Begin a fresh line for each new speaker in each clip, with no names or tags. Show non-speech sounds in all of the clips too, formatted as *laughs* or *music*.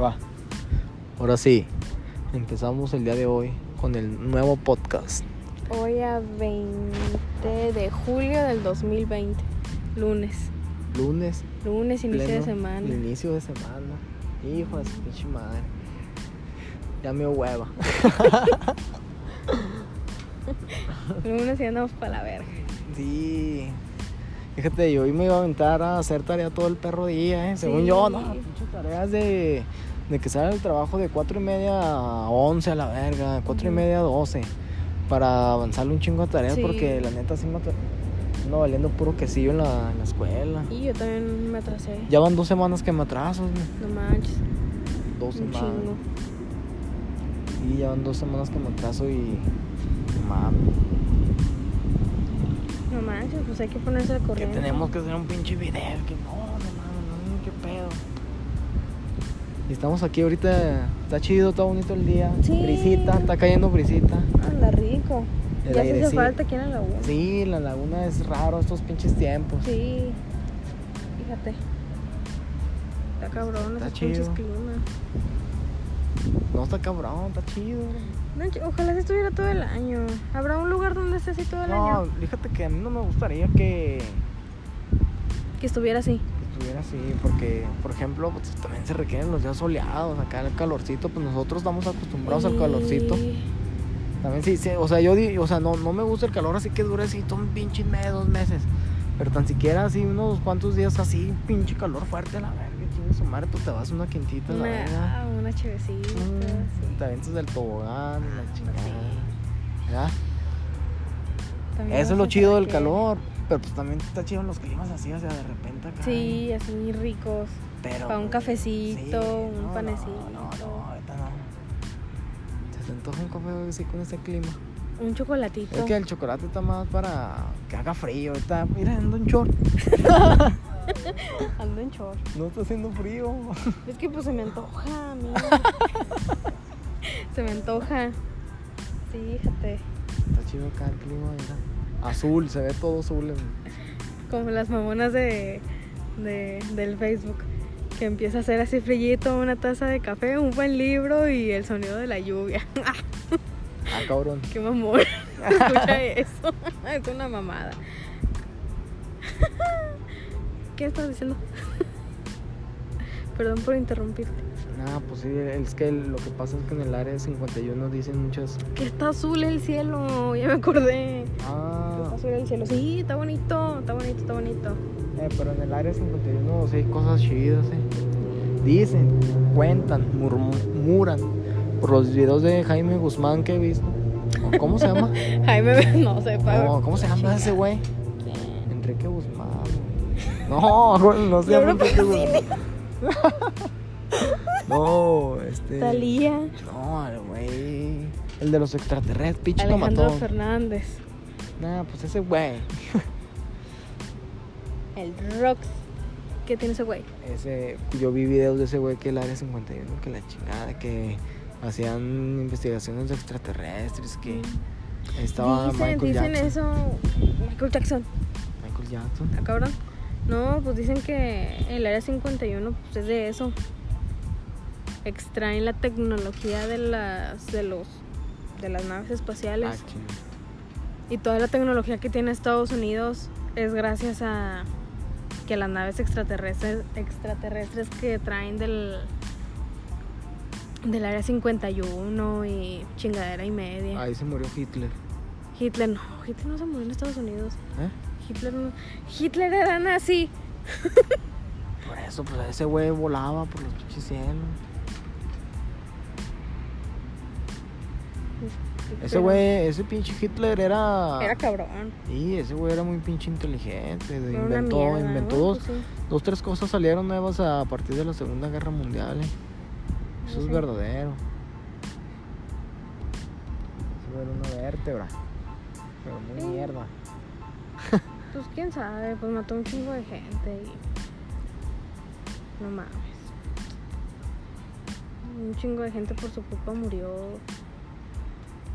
Va.
Ahora sí, empezamos el día de hoy con el nuevo podcast.
Hoy a 20 de julio del 2020, lunes.
Lunes,
Lunes, inicio de
pleno,
semana.
Inicio de semana. Hijo de su pinche madre. Ya me dio hueva.
*laughs* Lunes y andamos para la verga.
Sí. Fíjate, yo hoy me iba a aventar a hacer tarea todo el perro día, ¿eh? Según
Sí.
yo, no, pinche tareas de, de que sale el trabajo de cuatro y media a 11 a la verga, cuatro y
Ujú.
media a 12, para avanzarle un chingo de tareas,
Sí.
porque la neta sí me atra- ando valiendo puro quesillo en la, en la escuela.
Y yo también me atrasé.
Ya van dos semanas que me atraso, güey.
No manches.
dos
Un
semanas.
chingo.
Y ya van dos semanas que me atraso y. Mami,
No manches, pues hay que ponerse al
que
corriente.
tenemos que hacer un pinche video, que no, no mames, no, qué pedo. Y estamos aquí ahorita, está chido, está bonito el día.
Sí.
Brisita, está cayendo brisita.
Anda rico.
El
ya se hace
airecito.
falta aquí en la U.
Sí, la laguna es raro estos pinches tiempos.
Sí. Fíjate. Está cabrón,
Está
esos pinches
chido.
climas.
No está cabrón, está chido.
No, ch- ojalá se estuviera todo el año. ¿Habrá un lugar donde esté así todo el
No,
año?
fíjate que a mí no me gustaría que
Que estuviera así.
que estuviera así, porque, por ejemplo, pues, también se requieren los días soleados, acá el calorcito, pues nosotros estamos acostumbrados al calorcito.
Y-
También sí, sí, o sea, yo di- o sea, no, no me gusta el calor así que dure así todo un pinche mes, dos meses. Pero tan siquiera así unos cuantos días así, pinche calor fuerte a la verga, chingue su madre, tú te vas a una quintita a la
Una,
verga.
ah, una chevecita.
Pues Mm,
sí. Ah,
Te avientas del tobogán, y la chingada. ¿verdad?
También
Eso es lo
vamos a
chido
tener
del
que-
calor. Pero pues también está chido en los climas así, o sea, de repente acá.
Sí, así ricos.
Pero,
Pa' un
pues,
cafecito, un panecito.
No, no, ahorita no. ¿Se te antoja un café así con este clima?
Un chocolatito.
Es que el chocolate está más para que haga frío. Está, mira, ando en short.
Ando en short.
No está haciendo frío.
Es que pues se me
*laughs*
antoja, amigo. se me antoja. Sí, fíjate.
Está chido acá el clima, mira. Azul, se ve todo azul. en-
Como las mamonas de, de- del Facebook. Que empieza a hacer así frillito, una taza de café, un buen libro y el sonido de la lluvia.
Ah, cabrón.
¡Qué mamón! *laughs* Escucha eso. *laughs* es una mamada. *laughs* ¿Qué estás diciendo? *laughs* Perdón por interrumpirte.
Nada, pues sí, es que lo que pasa es que en el área 51 dicen muchas.
Que está azul el cielo, ya me acordé. Está
Ah,
azul el cielo. Sí, está bonito, está bonito, está bonito.
eh, pero en el área 51 sí hay cosas chidas, eh. Dicen, cuentan, murmuran. Por los videos de Jaime Guzmán que he visto. ¿O ¿Cómo se llama?
Jaime, *laughs* no sé,
No, ¿Cómo se llama ese güey? Enrique Guzmán. güey. No, *laughs* güey, no se llama
Laura
Enrique Guzmán. No, este.
Talía,
No, el güey. El de los extraterrestres, pinche
Alejandro
tomatón.
Fernández,
Nah, pues ese güey.
el Rox. ¿Qué tiene ese güey?
Ese, yo vi videos de ese güey que el área 51, que la chingada, que hacían investigaciones de extraterrestres, que estaba
dicen,
Michael
dicen
Jackson.
eso. Michael Jackson.
Michael Jackson.
Ah, cabrón. No, pues dicen que el área 51 pues, es de eso. Extraen la tecnología de las de los de las naves espaciales
Ah, ching.
y toda la tecnología que tiene Estados Unidos es gracias a que las naves extraterrestres extraterrestres que traen del del área 51 y chingadera y media.
Ahí se murió Hitler.
Hitler no, Hitler no se murió en Estados Unidos.
¿Eh?
Hitler no- Hitler era nazi.
Por eso, pues ese güey volaba por los pinches cielos. Ese
Pero-
güey, ese pinche Hitler era.
Era cabrón.
Sí, ese güey era muy pinche inteligente. de-
Era una
inventó,
mierda,
inventó
¿no?
dos,
Pues sí.
dos, tres cosas salieron nuevas a partir de la Segunda Guerra Mundial. eh. Eso es
Pues Sí.
verdadero. Ese güey era una vértebra. Pero muy
Sí.
mierda.
Pues quién sabe, pues mató un chingo de gente y. No mames. Un chingo de gente por su culpa murió.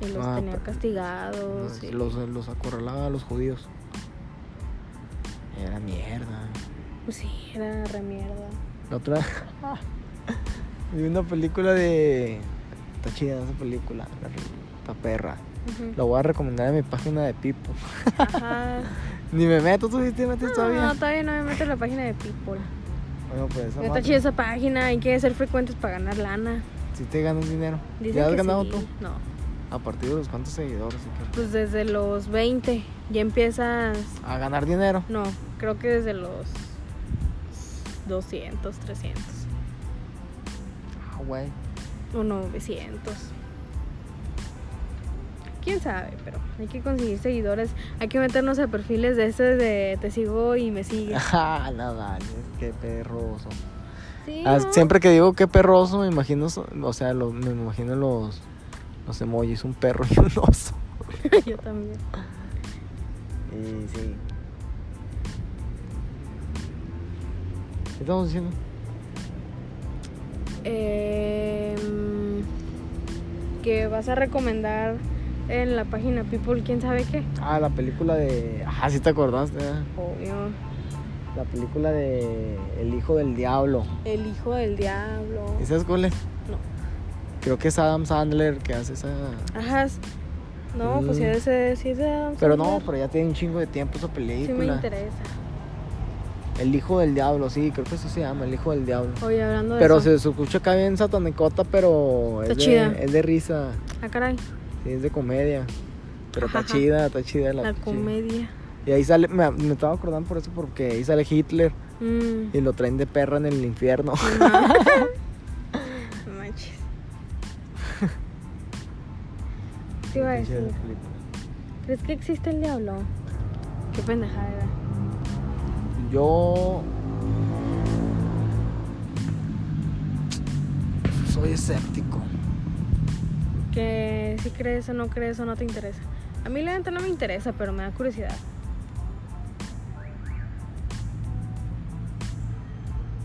Y los
Ah,
tenía
pero-
castigados. y-
Los, los acorralaba a los judíos. Era mierda.
Pues sí, era re mierda.
La otra, *laughs* Vi una película de. Está chida esa película. la re- Está perra.
Ujú.
La voy a recomendar en mi página de Pipo. *laughs*
Ajá.
Ni me meto, tú sí te metes
No,
todavía.
todavía no me meto en la página de People.
Bueno, pues esa
Está
madre,
chida esa página, hay que ser frecuentes para ganar lana.
Si te ganas dinero.
Dicen
¿Ya has
que
ganado
sí.
tú?
No,
¿A partir de los cuántos seguidores? o qué?
pues desde los 20 ya empiezas.
¿A ganar dinero?
No, creo que desde los 200, 300
Ah, güey.
o 900. Quién sabe, pero hay que conseguir seguidores. Hay que meternos a perfiles de ese de te sigo y me sigues.
*laughs* Ah, nada, es que perroso.
Sí,
Ah,
¿no?
Siempre que digo que perroso, me imagino, so- o sea, lo- me imagino los, los emojis, un perro y un oso.
*laughs* Yo también.
Y sí. ¿Qué estamos diciendo?
Em, que vas a recomendar en la página People, quién sabe qué.
Ah, la película de. Ah, sí te acordaste. ¿eh?
Obvio.
La película de El Hijo del Diablo.
El hijo del diablo.
¿Y sabes cuál es?
No.
Creo que es Adam Sandler que hace esa.
Ajá. No, pues
Mm.
sí, es de- sí es de Adam
Pero no,
Sandler.
pero ya tiene un chingo de tiempo esa
Sí me
película.
interesa.
el Hijo del Diablo, sí, creo que eso se llama, El Hijo del Diablo.
Oye, hablando de
Pero
eso.
se escucha acá bien satanicota, pero
Está
es
chida.
de, es de risa,
Ah, caray.
sí, es de comedia. Pero está
Ajá.
chida, está chida la,
La
chida.
comedia.
Y ahí sale, me, me estaba acordando por eso, porque ahí sale Hitler
Mm. *laughs*
y lo traen de perra en el infierno.
No manches.
*laughs* *laughs*
Te iba a
Está chida
decir,
la película.
¿crees que existe el diablo? Qué pendejada era.
Yo. Soy escéptico.
Que si crees o no crees o no te interesa. A mí la neta no me interesa, pero me da curiosidad.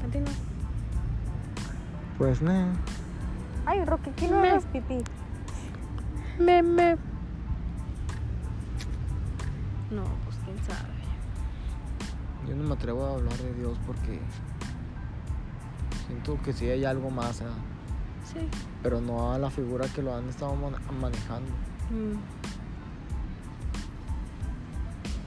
A ti no.
Pues nada.
Ay, Roque, ¿qué no hagas pipí? Me, me. No, pues quién sabe.
Yo no me atrevo a hablar de Dios porque. Siento que sí hay algo más, ¿eh?
Sí.
pero no a la figura que lo han estado man- manejando.
Mm.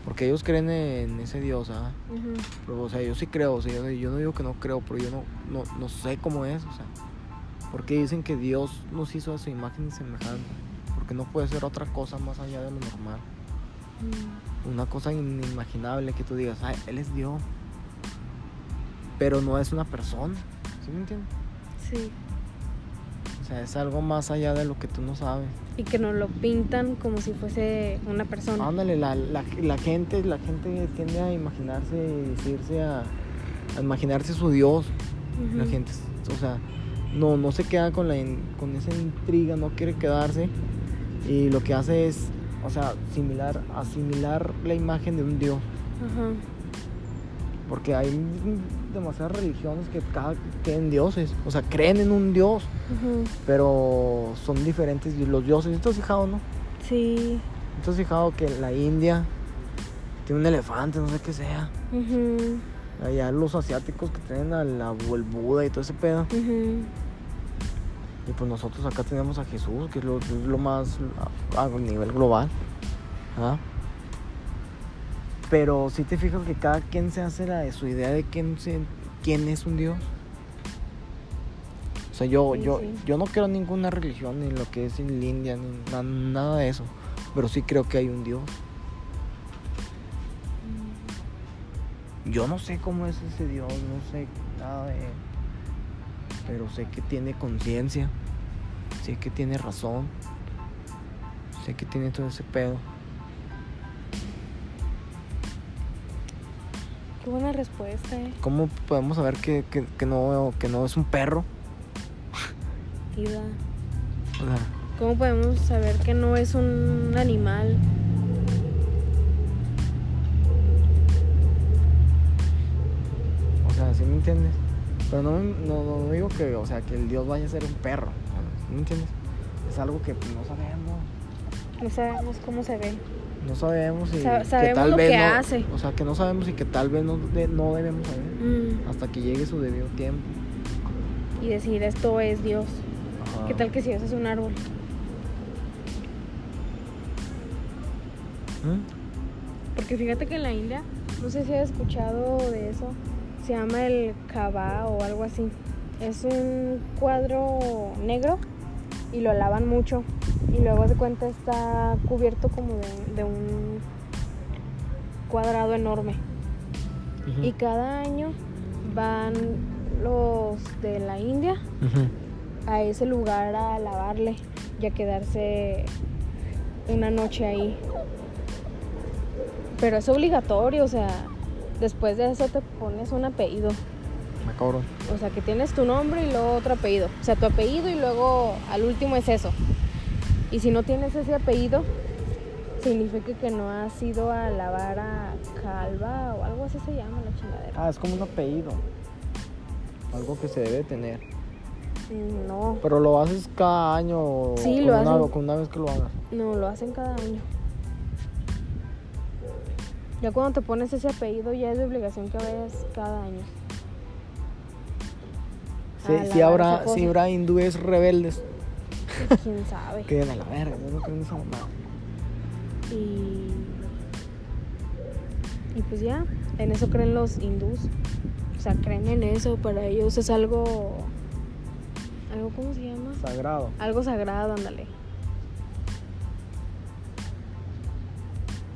Porque ellos creen en ese Dios, ¿ah?
Ujú.
Pero, o sea, yo sí creo, o sea, yo, yo no digo que no creo, pero yo no, no, no sé cómo es, o sea. Porque dicen que Dios nos hizo a su imagen y semejanza. Porque no puede ser otra cosa más allá de lo normal.
Mm.
Una cosa inimaginable que tú digas, ah, Él es Dios. Pero no es una persona. ¿Sí me entiendes?
Sí.
O sea, es algo más allá de lo que tú no sabes.
Y que nos lo pintan como si fuese una persona.
Ándale, la, la, la gente, la gente tiende a imaginarse y decirse a, a imaginarse su Dios.
Ujú.
La gente, o sea, no, no se queda con, la, in- con esa intriga, no quiere quedarse. Y lo que hace es, o sea, similar, asimilar la imagen de un Dios.
Ajá.
Porque hay demasiadas religiones que cada tienen dioses. O sea, creen en un Dios,
Ujú.
pero son diferentes los dioses. ¿Estás fijado, no?
Sí.
¿Te has fijado que la India tiene un elefante, no sé qué sea?
Ujú.
Allá los asiáticos que tienen al la, el Buda y todo ese pedo.
Ujú.
Y pues nosotros acá tenemos a Jesús, que es lo, es lo más a, a nivel global. ¿ah? Pero si te fijas que cada quien se hace la de su idea de quién, se- quién es un Dios. O sea, yo,
Sí,
yo,
sí.
yo no creo en ninguna religión, ni en lo que es en la India, ni na- nada de eso. Pero sí creo que hay un Dios. Yo no sé cómo es ese Dios, no sé nada de él. Pero sé que tiene conciencia, sé que tiene razón, sé que tiene todo ese pedo.
Qué buena respuesta, eh.
¿Cómo podemos saber que, que- que no, que no es un perro?
Iba.
O sea,
¿Cómo podemos saber que no es un animal?
o sea, ¿sí me entiendes? Pero no, no, no digo que, o sea, que el Dios vaya a ser un perro, ¿sí me entiendes? Es algo que pues, no sabemos.
No sabemos cómo se ve.
No sabemos y
Sa-
que
sabemos
tal
lo
vez
que
no,
hace.
O sea, que no sabemos y que tal vez no, de- no debemos saber
Mm.
hasta que llegue su debido tiempo.
y decir esto es Dios.
Ajá.
¿Qué tal que si Dios es un árbol?
¿Mm?
Porque fíjate que en la India, no sé si has escuchado de eso, se llama el kaba o algo así. Es un cuadro negro y lo lavan mucho. Y luego de cuenta está cubierto como de, de un cuadrado enorme.
Ujú.
Y cada año van los de la India
Ujú.
a ese lugar a lavarle y a quedarse una noche ahí. Pero es obligatorio, o sea, después de eso te pones un apellido.
Me cabrón.
O sea, que tienes tu nombre y luego otro apellido. O sea, tu apellido y luego al último es eso. Y si no tienes ese apellido, significa que no has ido a lavar a Calva o algo así se llama la chingadera.
Ah, es como un apellido. Algo que se debe tener.
No,
Pero lo haces cada año o
Sí,
con
lo
una,
hacen.
con una vez que lo hagas.
No, lo hacen cada año. Ya cuando te pones ese apellido ya es de obligación que vayas cada año.
Sí,
A
sí
lavar
habrá,
esa cosa.
sí habrá hindúes rebeldes
¿Quién sabe?
que digan a la verga, yo no creo en esa mamada.
Y... Y pues ya, en eso creen los hindús. O sea, creen en eso, para ellos es algo... ¿Algo cómo se llama?
Sagrado.
Algo sagrado, ándale.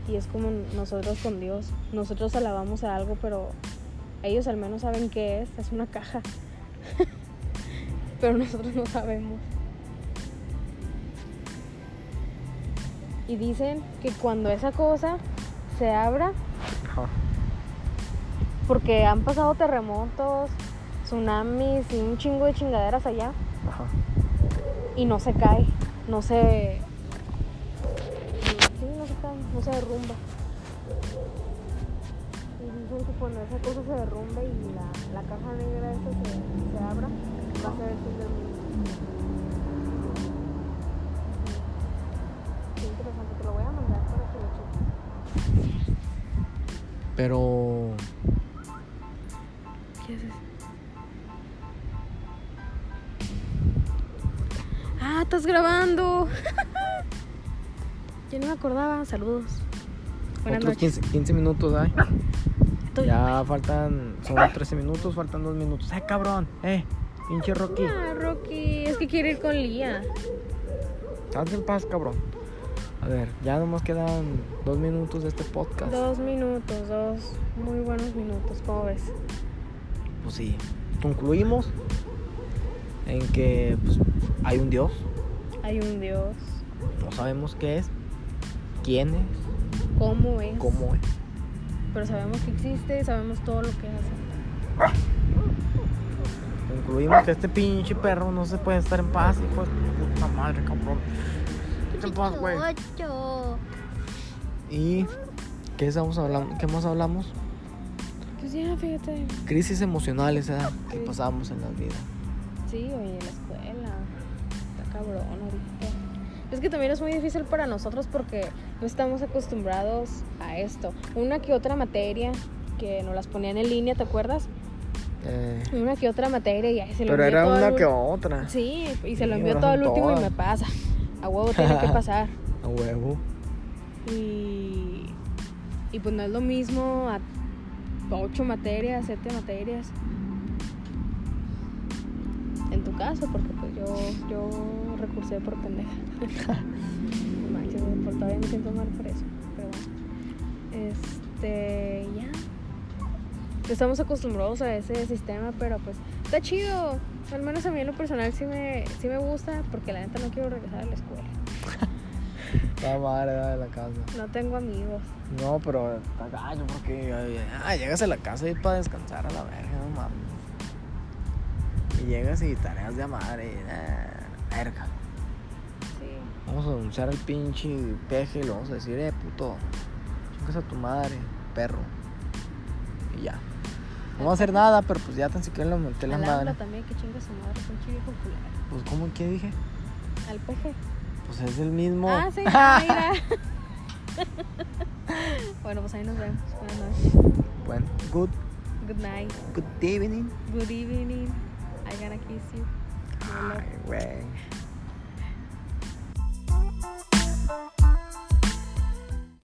Y es como nosotros con Dios. Nosotros alabamos a algo, pero ellos al menos saben qué es. Es una caja. *laughs* pero nosotros no sabemos. Y dicen que cuando esa cosa se abra,
Ajá.
porque han pasado terremotos, tsunamis y un chingo de chingaderas allá,
Ajá.
y no se cae, no se. Sí, no se cae, no se derrumba. Y dicen que cuando esa cosa se derrumbe y la, la caja negra esa se, se abra, va a ser el fin del mundo. Qué interesante, te lo voy a mandar para que lo cheques.
Pero.
¿Qué haces? Ah, estás grabando. *laughs* Yo no me acordaba. Saludos. Buenas
otros
noches.
15, 15 minutos hay.
Estoy-
Ya faltan. Son 13 minutos, faltan 2 minutos. ¡Eh, cabrón! ¡Eh! ¡Pinche Rocky!
Ah, Rocky, es que quiere ir con Lía.
Hazme en paz, cabrón. A ver, ya nomás quedan 2 minutos de este podcast.
Dos minutos, dos muy buenos minutos, ¿cómo ves?
Pues sí. Concluimos en que pues, hay un Dios.
Hay un Dios.
No sabemos qué es, quién es,
¿Cómo es?
cómo es.
Pero sabemos que existe, sabemos todo lo que hace.
Concluimos que este pinche perro no se puede estar en paz, hijo de tu puta madre, cabrón. ¿Qué te pasa, güey?
Ocho.
¿Y qué, estamos hablando? qué más hablamos?
Pues ya, fíjate.
Crisis emocionales ¿verdad? que
Sí.
pasamos en la vida.
Sí, oye, la escuela. Está cabrón ahorita. Es que también es muy difícil para nosotros porque no estamos acostumbrados a esto. Una que otra materia que nos las ponían en línea, ¿te acuerdas?
Eh,
Una que otra materia y ahí se lo
pero
envié
era
todo al
una que
ul-
otra.
Sí, y se
Sí,
lo envió
ahora
todo
son
al último y
todas.
me pasa. A huevo tiene
*laughs*
que pasar.
A huevo.
Y, y pues no es lo mismo a ocho materias, siete materias. En tu caso, porque pues yo, yo recursé por pendeja. *laughs* No manches, güey, por todavía me siento mal por eso. Pero bueno. Este, ya. Estamos acostumbrados a ese sistema, pero pues está chido. Al menos a mí en lo personal sí me, sí me gusta, porque la neta no quiero regresar a la escuela.
La madre de la casa.
No tengo amigos.
No, pero está gallo porque ah, llegas a la casa y para descansar a la verga, no mames. Y llegas y tareas de madre, y, ah, verga.
Sí.
Vamos a denunciar al pinche peje y le vamos a decir, eh, puto, chingas a tu madre, perro. Y ya. No va a hacer nada, pero pues ya tan siquiera le monté la
Al AMLO
madre.
también, que chinga su madre, pinche viejo culero.
Pues, ¿cómo que dije?
Al peje.
Pues es el mismo.
Ah, sí, mira. *laughs* bueno, pues ahí nos vemos. Buenas noches.
Bueno, good,
Good night.
good evening.
Good evening. I gotta kiss you. I love
Ay, güey.